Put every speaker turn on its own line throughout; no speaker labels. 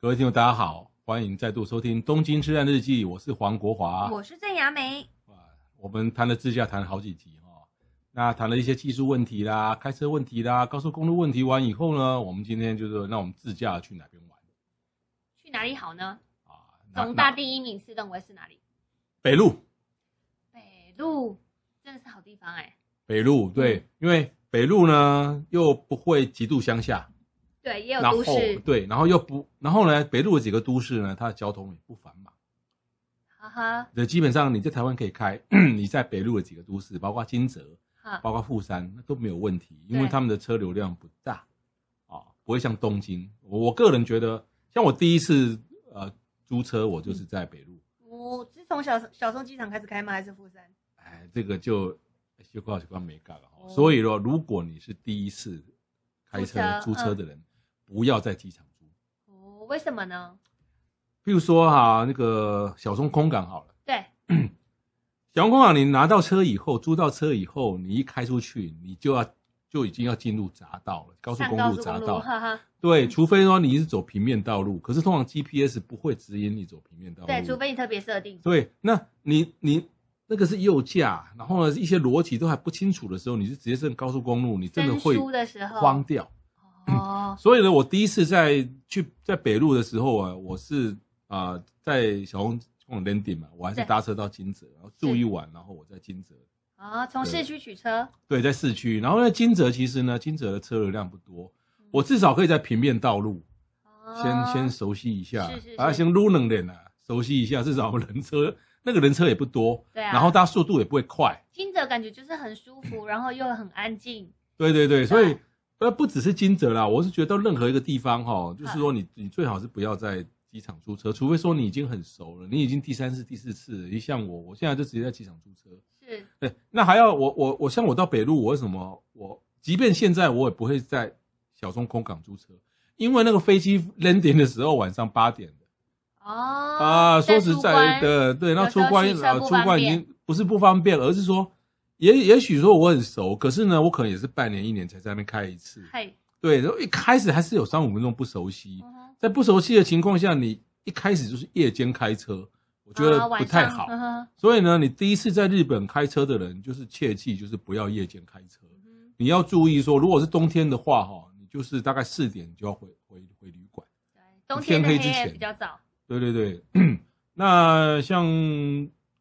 各位听众，大家好，欢迎再度收听《东京之战日记》，我是黄国华。
我是郑雅梅，
我们谈了自驾，谈了好几集哦。那谈了一些技术问题啦、开车问题啦、高速公路问题完以后呢，我们今天就是那我们自驾去哪边玩
去哪里好呢？
啊？那
总大
那
第一名次认为是哪里？
北路，
北路，真的是好地方哎、
北路对，
嗯
因为北路呢又不会极度乡下，
对，也有
然后
都市，
对，然后又不，然后呢，北路的几个都市呢，它的交通也不繁忙。
哈哈
这基本上你在台湾可以开， 你在北路的几个都市，包括金泽、
哈，
包括富山那都没有问题，因为
对
他们的车流量不大啊、不会像东京。我我个人觉得，像我第一次呃租车，我就是在北路，
我是从小小松机场开始开吗？还是富山？
嗯
哎，这个就修高修高没干了哦、
哦
所以说，如果你是第一次开车租
租车
车的人，不要在机场租。
哦，为什么呢？
譬如说哈、那个小松空港好了，
对，
小松空港你拿到车以后，租到车以后，你一开出去，你就要就已经要进入匝道了，高速
上
公
高
路
速
匝
公
道
路，。哈哈，
对，除非说你是走平面道路，可是通常 GPS 不会指引你走平面道路。
对，除非你特别设定，
对，那你你那个是右驾，然后呢一些逻辑都还不清楚的时候，你是直接上高速公路，你真的
生
会
疏的时候，
慌掉。
哦，
所以呢，我第一次在去在北路的时候啊，我是啊、呃在小红公园 landing 嘛，我还是
对
搭车到金泽，然后住一晚，然后我在金泽，
啊，从市区取车，
对，在市区。然后呢，金泽其实呢，金泽的车流量不多，
嗯
我至少可以在平面道路。先
哦
先熟悉一下，
是是
把它
是
先撸冷点啊，熟悉一下，至少人车那个人车也不多，
对啊，
然后大家速度也不会快，
金泽感觉就是很舒 服，然后又很安静，
对对对，所以
啊
呃不只是金泽啦，我是觉得到任何一个地方哈、
嗯
就是说你你最好是不要在机场租车，除非说你已经很熟了，你已经第三次第四次了，你像我，我现在就直接在机场租车，
是
对，那还要我我我像我到北路，我为什么我即便现在我也不会在小松空港租车，因为那个飞机 landing 的时候晚上八点。
哦
啊，说实
出
在
关，
的，对，那
有时
出
候
关
骑车
啊，
不
出
方
关已
便
经不是不方便，而是说，也也许说我很熟，可是呢，我可能也是半年一年才在那边开一次，
嘿，
对，然后一开始还是有三五分钟不熟悉，
嗯哼
在不熟悉的情况下，你一开始就是夜间开车，我觉得
啊晚
不太
上
好，
呵呵
所以呢，你第一次在日本开车的人，就是切记就是不要夜间开车，
嗯哼
你要注意说，如果是冬天的话，哈，你就是大概四点就要回回回旅馆。
对冬天的
天黑
黑
之前
夜比较早，
对对对， 那像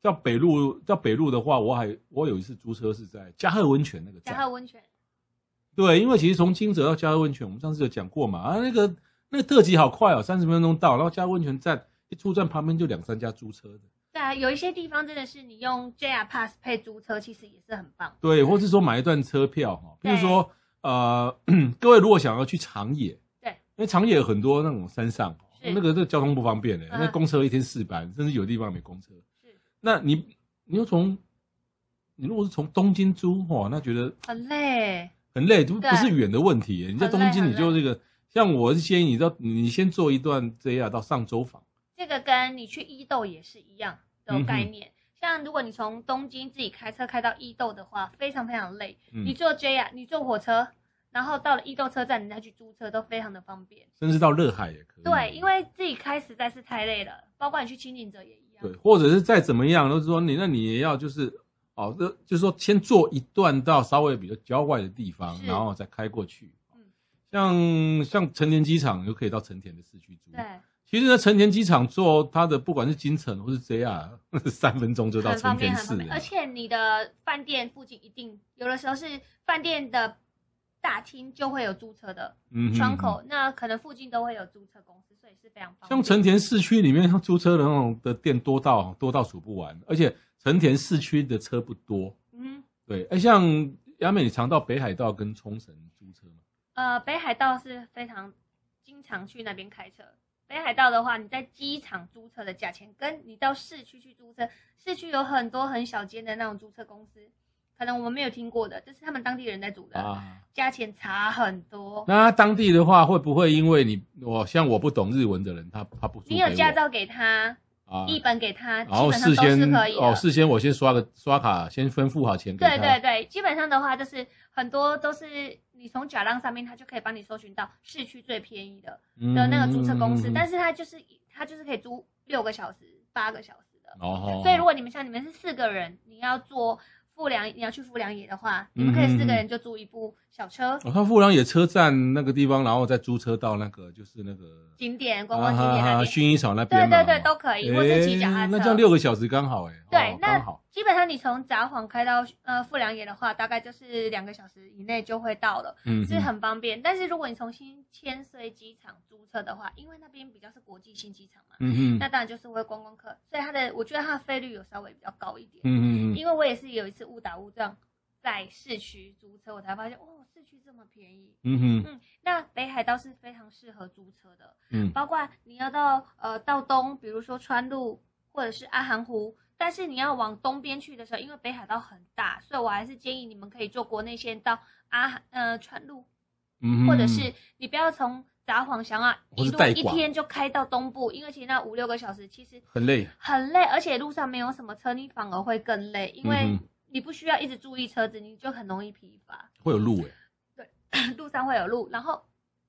到北路到北路的话，我还我有一次租车是在加贺温泉那个
加贺
站，
温泉。
对，因为其实从金泽到加贺温泉，我们上次有讲过嘛，啊，那个那个特急好快哦，三十分钟到，然后加贺温泉站一出站旁边就两三家租车的，
对啊，有一些地方真的是你用 JR Pass 配租车，其实也是很棒。
对，或是说买一段车票哈，比
对
如说呃， 各位如果想要去长野，
对
因为长野有很多那种山上，
是
那个这个交通不方便的，
嗯
那公车一天四班，甚至有地方没公车。
是
那你你又从你如果是从东京租哦，那觉得
很累，
很累，就不
对
是远的问题耶。你在
很累
东京你
很
就
累
这个，像我是建议你到你先坐一段 JR 到上周访，
这个跟你去伊豆也是一样
嗯
的概念。像如果你从东京自己开车开到伊豆的话，非常非常累。你
嗯，
坐 JR，你坐火车，然后到了伊豆车站，你再去租车都非常的方便。
甚至到热海也可以。
对，因为自己开实在是太累了，包括你去清景泽也一样。
对，或者是再怎么样，都是说你那你也要就是哦，这就是说先坐一段到稍微比较郊外的地方，
是
然后再开过去。
嗯
像像成田机场就可以到成田的市区租。
对，
其实呢，成田机场坐它的不管是京城或是 JR，三 分钟就到
很
成
方便，
田
很
市
方便。
了
而。且你的饭店附近一定有的时候是饭店的大厅就会有租车的
嗯哼
窗口，那可能附近都会有租车公司，所以是非常方便。
像成田市区里面租车的那种的店多到多到数不完，而且成田市区的车不多。
嗯
对，哎，像亚美，你常到北海道跟冲绳租车吗？
呃北海道是非常经常去那边开车，北海道的话，你在机场租车的价钱，跟你到市区去租车，市区有很多很小间的那种租车公司，可能我们没有听过的，这是他们当地人在租的，
啊。
价钱差很多。
那当地的话，会不会因为你我像我不懂日文的人，他他不租
你
给我
有驾照给他，
啊？
一本给他，
然后
基本
事
上都
先
是可以的。
哦，事先我先刷个刷卡，先分付好钱给他。
对对对，基本上的话就是很多都是你从假浪上面，他就可以帮你搜寻到市区最便宜的
对
的那个租车公司，但
是
是他就是他就是可以租六个小时、八个小时的。
哦，
所以如果你们像你们是四个人，你要做富良，你要去富良野的话，你们
嗯
可
嗯
以
嗯
四个人就租一部小车，
我看富良野车站那个地方，然后再租车到那个就是那个
景点观
啊
光景点那
哈哈
边，
薰衣草那
对
边嘛，啊
对对都可以，或是骑脚踏
诶
车。
那这样六个小时刚好哎，
对
哦，
那
刚好
基本上你从札幌开到呃富良野的话，大概就是两个小时以内就会到了，
嗯
是
哼
很方便。但是如果你从新千岁机场租车的话，因为那边比较是国际性机场嘛，
嗯
那
嗯
当然就是会观光客，所以它的我觉得它的费率有稍微比较高一点。
嗯嗯嗯，
因为我也是有一次误打误撞在市区租车，我才发现哦，市区这么便宜。
嗯哼
嗯，那北海道是非常适合租车的，
嗯
包括你要到呃到东，比如说川路或者是阿寒湖，但是你要往东边去的时候，因为北海道很大，所以我还是建议你们可以坐国内线到阿寒呃川路，
嗯，
或者是你不要从札幌想啊
或
一
是
路
代
一
管
天就开到东部，因为其实那五六个小时其实
很累，
很累，而且路上没有什么车，你反而会更累，因
嗯
为
哼
你不需要一直注意车子，你就很容易疲乏。
会有路哎，
路上会有鹿，然后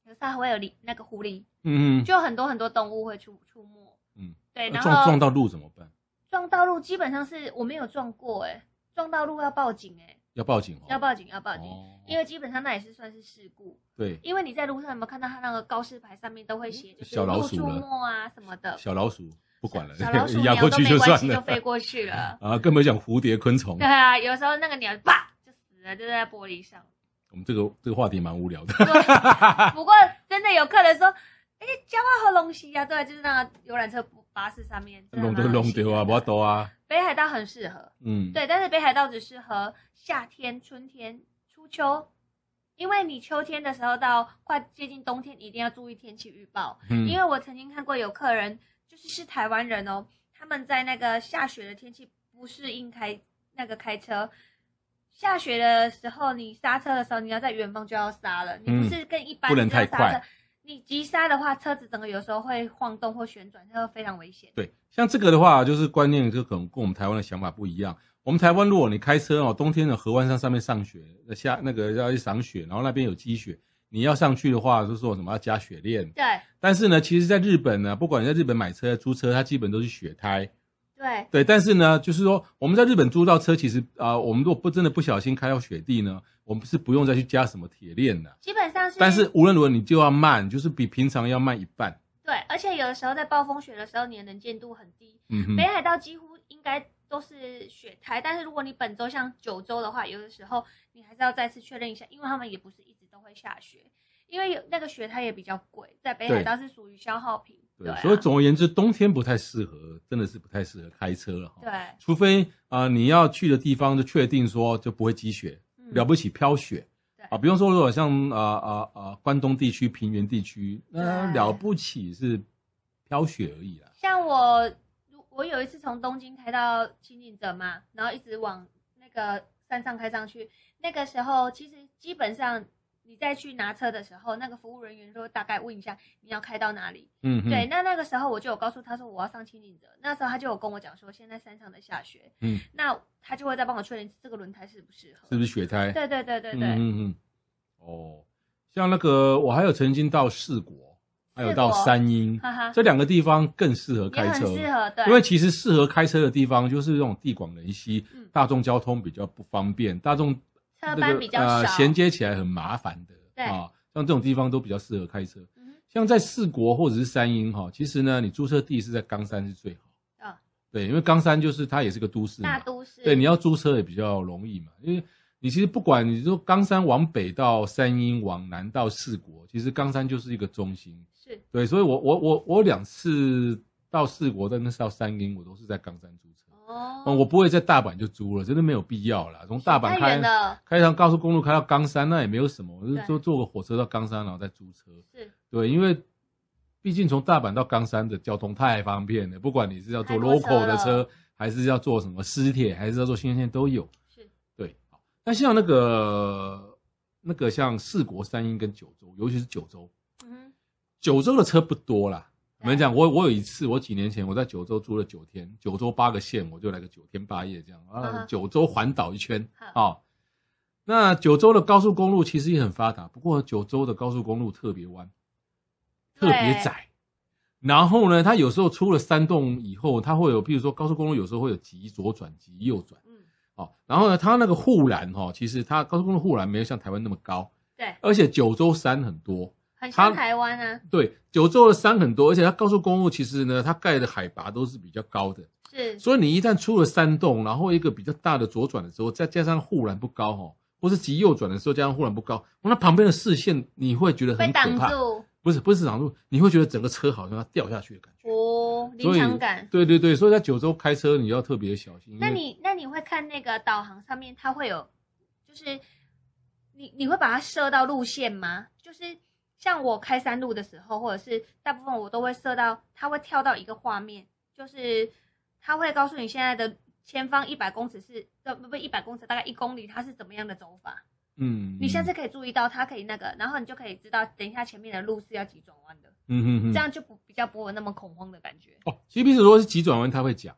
有时候还会有狸，那个狐狸，
嗯
就很多很多动物会出出没。
嗯，
对，
嗯，
然
撞
后
撞到路怎么办？
撞到路基本上是我没有撞过、欸，撞到路要报警、欸，
要报警哦，
要报警，要报警。
哦
因为基本上那也是算是事故，
对
因为你在路上有没有看到它那个告示牌上面都会写，就
嗯
是
小老
路
鼠
出
了
没啊什么的，
小老鼠不管了，
小老鼠
压
鸟
过
都
去
没
就
关
算
系就
了，
飞过去 了。
啊，更没讲蝴蝶昆虫
对，啊，有时候那个鸟啪就死了，就在玻璃上。
我们这个这个话题蛮无聊的。
对，不过真的有客人说，哎、欸，加花和龙溪啊，对，就是那个游览车巴士上面，真 的
弄
蛮
都
好
弄
骑的
丢啊，不要多 啊，
北海道很适合，
嗯，，
对，但是北海道只适合夏天、春天、初秋，因为你秋天的时候到快接近冬天，你一定要注意天气预报，
嗯，
因为我曾经看过有客人，就是是台湾人哦，他们在那个下雪的天气不适应开那个开车。下雪的时候，你刹车的时候，你要在远方就要刹了，你
嗯
不是跟一般
不能
你只要
太
刹
快
车，你急刹的话，车子整个有时候会晃动或旋转，它会非常危险。
对，像这个的话，就是观念就可能跟我们台湾的想法不一样。我们台湾，如果你开车哦，冬天的河湾上上面上雪，呃下那个要去赏雪，然后那边有积雪，你要上去的话，就是说什么要加雪链。
对
但是呢，其实在日本呢，不管你在日本买车、租车，它基本都是雪胎。
对，
对，但是呢，就是说我们在日本租到车，其实啊、呃我们如果不真的不小心开到雪地呢，我们是不用再去加什么铁链的。
基本上是。
但是无论如何，你就要慢，就是比平常要慢一半。
对，而且有的时候在暴风雪的时候，你的能见度很低。
嗯哼
北，海道几乎应该都是雪胎，但是如果你本周像九州的话，有的时候你还是要再次确认一下，因为他们也不是一直都会下雪，因为有那个雪胎也比较贵，在北海道是属于消耗品。对
对
啊，，
所以总而言之，冬天不太适合，真的是不太适合开车了哈。
对，
除非啊、呃你要去的地方就确定说就不会积雪，
嗯
了不起飘雪
对
啊。比方说，如果像啊啊啊关东地区平原地区，那
对
了不起是飘雪而已啦。
像我，如我有一次从东京开到清景泽嘛，然后一直往那个山上开上去。那个时候，其实基本上你再去拿车的时候，那个服务人员就会大概问一下你要开到哪里。
嗯哼，
对，那那个时候我就有告诉他说我要上清景泽，那时候他就有跟我讲说现在山上在下雪，
嗯，
那他就会再帮我确认这个轮胎适不适合。
是不是雪胎？
对对对对对，
嗯嗯嗯。哦，像那个我还有曾经到四国，还有到三阴，
哈哈，
这两个地方更适合
也
开
很
车，
适合，对，
因为其实适合开车的地方就是这种地广人稀，
嗯
大众交通比较不方便，大众
车
那
班
个
比较少，
呃，衔接起来很麻烦的。
对
啊，像这种地方都比较适合开车。
嗯
像在四国或者是山阴哈，其实呢，你租车地是在冈山是最好。
哼啊，
对，因为冈山就是它也是个都市嘛
大，都市，
对，你要租车也比较容易嘛，因为。你其实不管你说冈山往北到山阴，往南到四国，其实冈山就是一个中心。
是
对，所以我我我我两次到四国，但是到山阴，我都是在冈山租车。
哦，
嗯，我不会在大阪就租了，真的没有必要啦。从大阪
太
开
远了，
开上高速公路开到冈山，那也没有什么，我就
对
坐坐个火车到冈山，然后再租车。
是
对，因为毕竟从大阪到冈山的交通太方便了，不管你是要坐
太多车
local 的
了
车，还是要坐什么私铁，还是要坐新干线都有。
是
对，好那像那个那个像四国、三英跟九州，尤其是九州，
嗯
九州的车不多啦。
对啊
我们讲，我我有一次，我几年前我在九州住了九天，九州八个县，我就来个九天八夜这样
嗯
啊，
哼
九州环岛一圈
好
啊、哦那九州的高速公路其实也很发达，不过九州的高速公路特别弯，特别
对
窄。然后呢，它有时候出了山洞以后，它会有，比如说高速公路有时候会有急左转、急右转，
哼嗯，
哦，然后呢，它那个护栏哈、哦，其实它高速公路护栏没有像台湾那么高，
对，
而且九州山很多，
很像
它
台湾啊，
对，九州的山很多，而且它高速公路其实呢，它盖的海拔都是比较高的，
是
所以你一旦出了山洞，然后一个比较大的左转的时候，再加上护栏不高哦，或是急右转的时候加上护栏不高，那旁边的视线你会觉得很
被
可
挡
怕，
住
不是不是挡住，你会觉得整个车好像要掉下去的感觉。
哦，临
所以嗯
场感。
对对对，所以在九州开车你要特别小心。因为
那你那你会看那个导航上面，它会有，就是你你会把它设到路线吗？就是像我开山路的时候，或者是大部分我都会设到，它会跳到一个画面，就是它会告诉你现在的前方一百公尺是，呃不不一百公尺，大概一公里，它是怎么样的走法。
嗯，
你下次可以注意到，它可以那个，然后你就可以知道，等一下前面的路是要急转弯的，
嗯嗯嗯，这
这
样
样就不比较不会有那么恐慌的感觉。
哦，其实平时如果是急转弯，他会讲。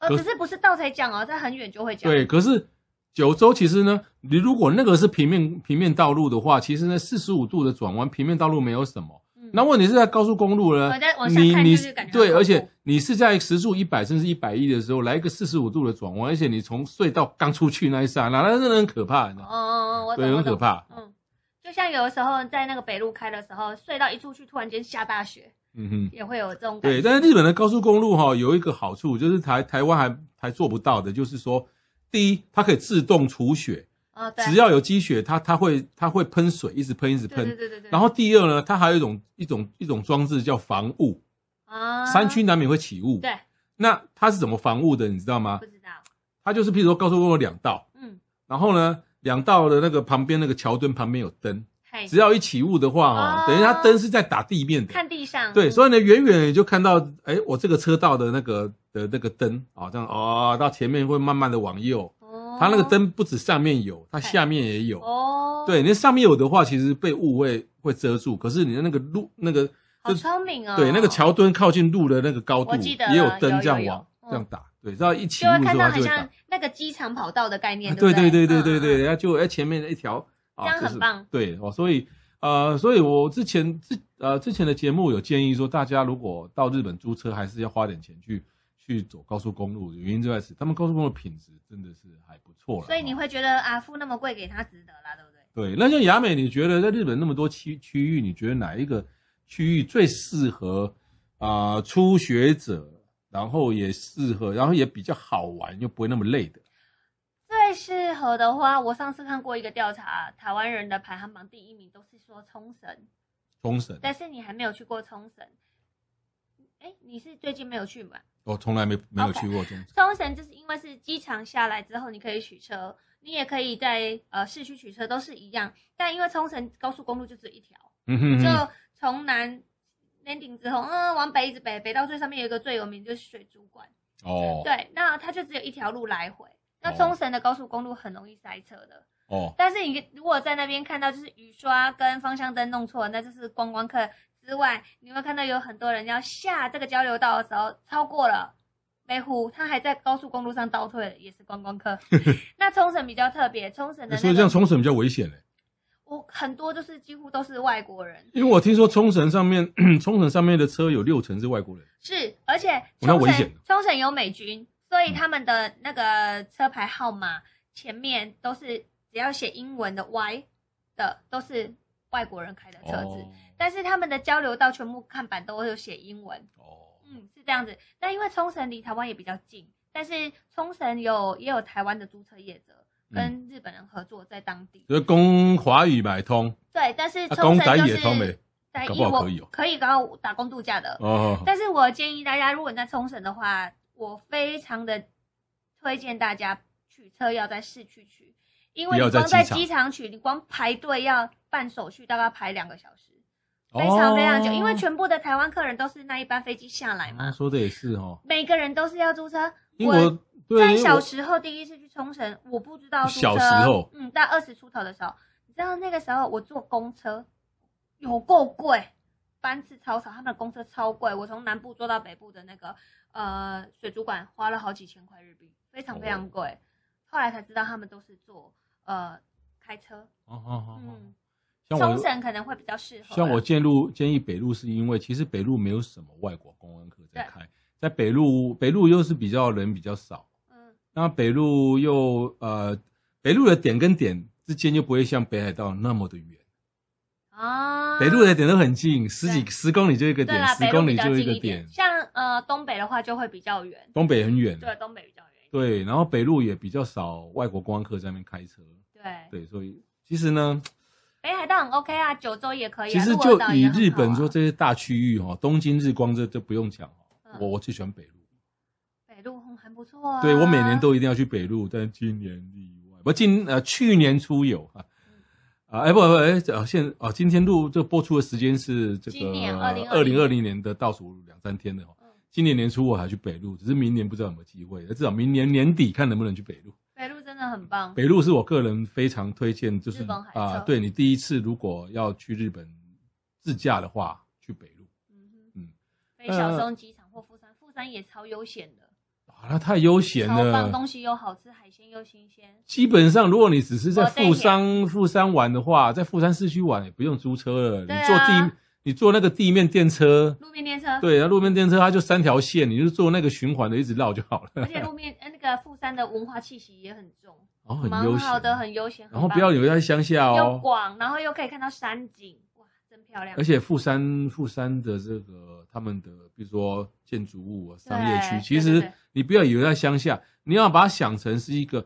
呃，
可
只是不是到才讲哦，在很远就会讲。
对，可是九州其实呢，你如果那个是平面平面道路的话，其实呢四十五度的转弯，平面道路没有什么。
嗯，
那问题是在高速公路呢
我哦在往，下
你
看
你
就是感觉
对，
很恐怖
而且你是在时速一百甚至一百一的时候来一个四十五度的转弯，而且你从隧道刚出去那一刹那，那真的很可怕，你知道吗？
哦，我懂，
对，
我
很可
懂。
怕。
嗯，就像有的时候在那个北路开的时候，隧道一出去，突然间下大雪，
嗯哼。
也会有这种感
对，
觉。
但是日本的高速公路哈、有一个好处，就是台台湾还还做不到的，就是说，第一，它可以自动除雪，
哦，对，
只要有积雪，它它会它会喷水，一直喷一直
对
喷
对。对对对。
然后第二呢，它还有一种一种一种装置叫防雾，
啊，
山区难免会起雾。
对，
那它是怎么防雾的，你知道吗
不？知道，
它就是譬如说高速公路两道，
嗯，
然后呢，两道的那个旁边那个桥墩旁边有灯，
嘿，
只要一起雾的话，哦，
哦
等于它灯是在打地面的。
看地上，
对，
嗯
所以呢，远远你就看到，哎，我这个车道的那个的那个灯啊、这样哦，到前面会慢慢的往右，
哦
它那个灯不止上面有，它下面也有。
哦，，
对，你上面有的话，其实被雾会会遮住，可是你的那个路那个
好聪明哦。
对，那个桥墩靠近路的那个高度，
我记得
也有
了
灯
有
这样
有
往
有嗯
这样打，对，只要一起
就
雾
会
的时
看
候，
到
它
很
就会
像
打。
那个机场跑道的概念，
对
不对
对对对对，
嗯
然后就哎前面的一条，啊
这样很棒。
就是对哦，所以呃，所以我之前之呃之前的节目有建议说，大家如果到日本租车，还是要花点钱去去走高速公路。原因就在此，他们高速公路品质真的是还不错
嗯
了。
所以你
哦
会觉得啊，付那么贵给他值得啦，对不
对，
对？
那像雅美，你觉得在日本那么多区区域，你觉得哪一个区域最适合啊、呃初学者，然后也适合，然后也比较好玩，又不会那么累的？
最适合的话，我上次看过一个调查，台湾人的排行榜第一名都是说冲绳，
冲绳，
但是你还没有去过冲绳。哎，你是最近没有去吧？
我哦从来没没有
OK
去过冲绳。
冲绳就是因为是机场下来之后，你可以取车，你也可以在呃市区取车，都是一样。但因为冲绳高速公路就只有一条，
嗯哼哼
就从南 landing 之后，嗯，往北一直北，北到最上面有一个最有名就是水族馆。
哦，
对，那它就只有一条路来回。那
哦
冲绳的高速公路很容易塞车的，
哦，
但是你如果在那边看到就是雨刷跟方向灯弄错了，那就是观光客之外，你会看到有很多人要下这个交流道的时候超过了。北湖，他还在高速公路上倒退了，也是观光 客。那冲绳比较特别，冲绳的
所以
那
这样
个
冲绳比较危险嘞，
我很多就是几乎都是外国人，
因为我听说冲绳上面 冲绳上面的车有六成是外国人。
是，而且
哦那
冲
危险嗯
绳冲绳有美军，所以他们的那个车牌号码前面都是只要写英文的 Y 的，都是外国人开的车子。
哦
但是他们的交流道全部看板都有写英文，
哦，
嗯，是这样子。那因为冲绳离台湾也比较近，但是冲绳有也有台湾的租车业者
嗯
跟日本人合作在当地，
所以公华语买通
对，但是
啊公
冲
仔
绳就
也通欸没
是在
搞不好
英国
可以哦
可以搞打工度假的，
哦，
但是我建议大家，如果你在冲绳的话，我非常的推荐大家取车要在市区取，因为
不要
你光
在
在
机场
机场取，你光排队要办手续，大概排两个小时。非常非常久，
哦
因为全部的台湾客人都是那一班飞机下来
啊
嘛，
说的也是哦，
每个人都是要租车。
英国对
在
因为
小
我
时候第一次去冲绳，我不知道租车
小时候
嗯，在二十出头的时候，你知道那个时候我坐公车有够贵，班次超少，他们的公车超贵，我从南部坐到北部的那个呃水族馆花了好几千块日币，非
哦
常非常贵。后来才知道他们都是坐呃开车，
哦哦哦哦
嗯，
像
冲
我
绳可能会比较适合啊。
像我建路建议北路是因为其实北路没有什么外国公安课在
对
开，在北路北路又是比较人比较少，
嗯
那北路又呃北路的点跟点之间又不会像北海道那么的远，
啊，
北路的点都很近，十几
对
十公里就一个
对
点
啦，，
十
北
公
路
里
比较
就
近
一个
一点，像呃东北的话就会比较远，
东北很远，啊
对，东北比较远一点，
对，然后北路也比较少外国观光客在那边开车，
对。
对，所以其实呢，
北海道很 OK 啊，九州也可以、啊。
其实
鹿儿
就
岛
以
也很好啊
日本说这些大区域哦，东京、日光这就不用讲哦
嗯，
我我最喜欢北路。
北路很很不错啊。
对我每年都一定要去北路，但今年例外。不，今呃去年出游啊，啊哎不不哎，这呃现哦今天录这播出的时间是这个
今年2020
二零二零年的倒数两三天的哦
嗯。
今年年初我还去北路，只是明年不知道有没有机会，至少明年年底看能不能去北路。
北路真的很棒。
北路是我个人非常推荐，就是
日本海侧
啊、对你第一次如果要去日本自驾的话，去北路
嗯哼，
嗯
飞小松机场或富山，富山也超悠闲的，
啊，那太悠闲
超棒，
了。
东西又好吃，海鲜又新鲜。
基本上，如果你只是在
哦对耶
富山富山玩的话，在富山市区玩也不用租车了，
对
你坐
啊
地你坐那个地面电车，
路面电车，
对，那路面电车它就三条线，你就坐那个循环的一直绕就好了，
而且路面呃那个富山的文化气息也很重，
然后很悠
蛮
闲，
好的，很悠闲。
然后
很棒
不要以为它是乡下
又
哦，
广，然后又可以看到山景，哇，真漂亮
而。且富山富山的这个他们的，比如说建筑物、啊、商业区，
对
其
对对
实
对
你不要以为在乡下，你要把它想成是一个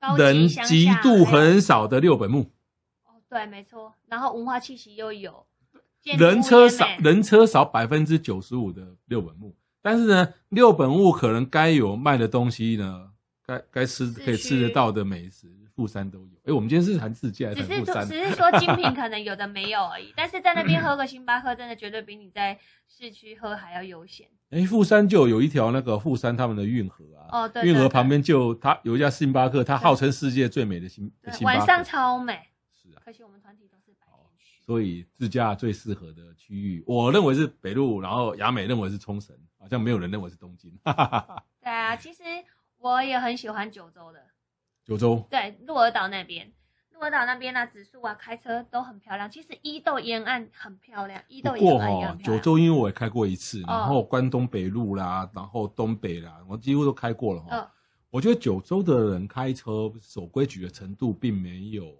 高级
人
乡下
极度很少的六本木，
哦，对，没错。然后文化气息又有，建筑物
人车
也
少
美
人车少百分之九十五的六本木，但是呢，六本木可能该有卖的东西呢，该该吃
市
可以吃得
区
到的美食，富山都有。哎，我们今天是谈自驾，还
只
是谈
是
富
说
山，
只是说精品可能有的没有而已，但是在那边喝个星巴克，真的绝对比你在市区喝还要悠闲。
哎，富山就有一条那个富山他们的运河啊，
哦对
运河
对对
旁边就它有一家星巴克，它
对
号称世界最美的星
对
星巴克。哦
晚上超美，
是啊，
可惜我们团体都是白天去。
所以自驾最适合的区域，我认为是北路，然后雅美认为是冲绳，好像没有人认为是东京，哈哈哈哈。
对啊，其实我也很喜欢九州的，
九州
对鹿儿岛那边，鹿儿岛那边啊，紫树啊，开车都很漂亮。其实伊豆沿岸很漂亮，伊
不
豆沿
过
岸也很漂
九
亮。
州因为我也开过一次，
哦
然后关东北路啦，然后东北啦，我几乎都开过了哈。
嗯
我觉得九州的人开车守规矩的程度，并没有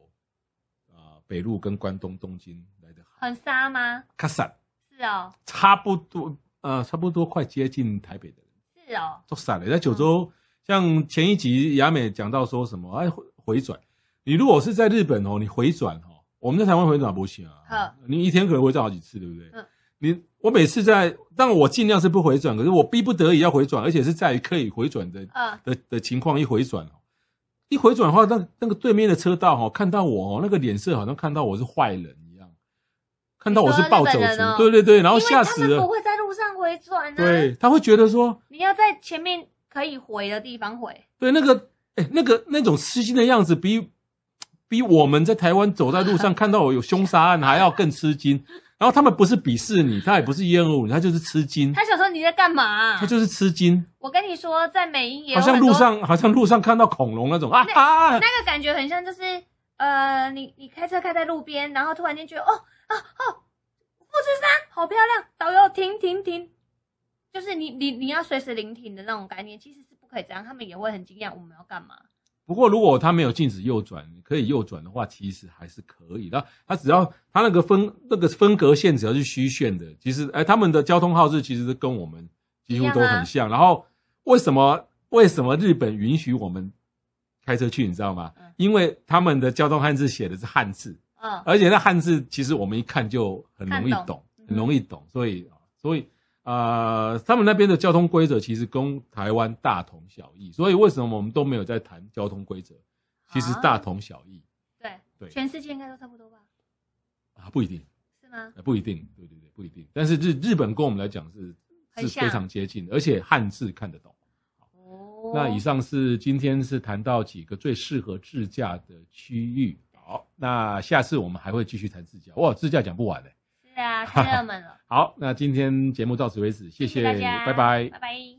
呃北路跟关东东京来的好。
很沙吗？
卡散
是哦，
差不多，呃，差不多快接近台北的人，
是哦，
都散了。在九州，像前一集雅美讲到说什么，哎，回回转，你如果是在日本哦，你回转哦，我们在台湾回转不行啊
好，
你一天可能回转好几次，对不对？
嗯
你我每次在，但我尽量是不回转，可是我逼不得已要回转，而且是在于可以回转的
呃，
的的情况一回转哦，一回转的话，那那个对面的车道哦，看到我哦，那个脸色好像看到我是坏人一样，看到我是暴走
你说日本
族，
人哦
对对对，然后
因为
吓
他
死
们不
了，
会在路上回转啊呢、
对，，他会觉得说，
你要在前面可以回的地方回。
对那个哎那个那种吃惊的样子比。比我们在台湾走在路上看到我有凶杀案还要更吃惊，然后他们不是鄙视你，他也不是厌恶你，他就是吃惊，
他想说你在干嘛、
他就是吃惊，
我跟你说，在美英也有
好像
很多
路上好像路上看到恐龙那种啊啊！啊
那个感觉很像，就是呃，你你开车开在路边，然后突然间觉得哦哦哦，富士山好漂亮，导游停停停，就是你你你要随时聆听的那种概念，其实是不可以这样，他们也会很惊讶我们要干嘛。
不过，如果他没有禁止右转，可以右转的话，其实还是可以的。他只要他那个分那个分隔线只要是虚线的，其实哎，他们的交通号志其实是跟我们几乎都很像。然后为什么为什么日本允许我们开车去？你知道吗
嗯？
因为他们的交通汉字写的是汉字，
嗯，
而且那汉字其实我们一看就很容易
看
懂，
懂嗯
很容易懂。所以所以呃，他们那边的交通规则其实跟台湾大同小异。所以为什么我们都没有在谈交通规则？
啊
其实大同小异
对
对
全世界应该都差不多吧？
啊，不一定。
是吗？吗？
呃不一定，对对对，不一定。但是日日本跟我们来讲是
很
是
像
非常接近，而且汉字看得懂。
哦，
那以上是今天是谈到几个最适合自驾的区域。好，那下次我们还会继续谈自驾。哇，自驾讲不完欸嘞。
是啊，太热门了。
好，那今天节目到此为止，谢
谢大家，
拜拜
拜拜。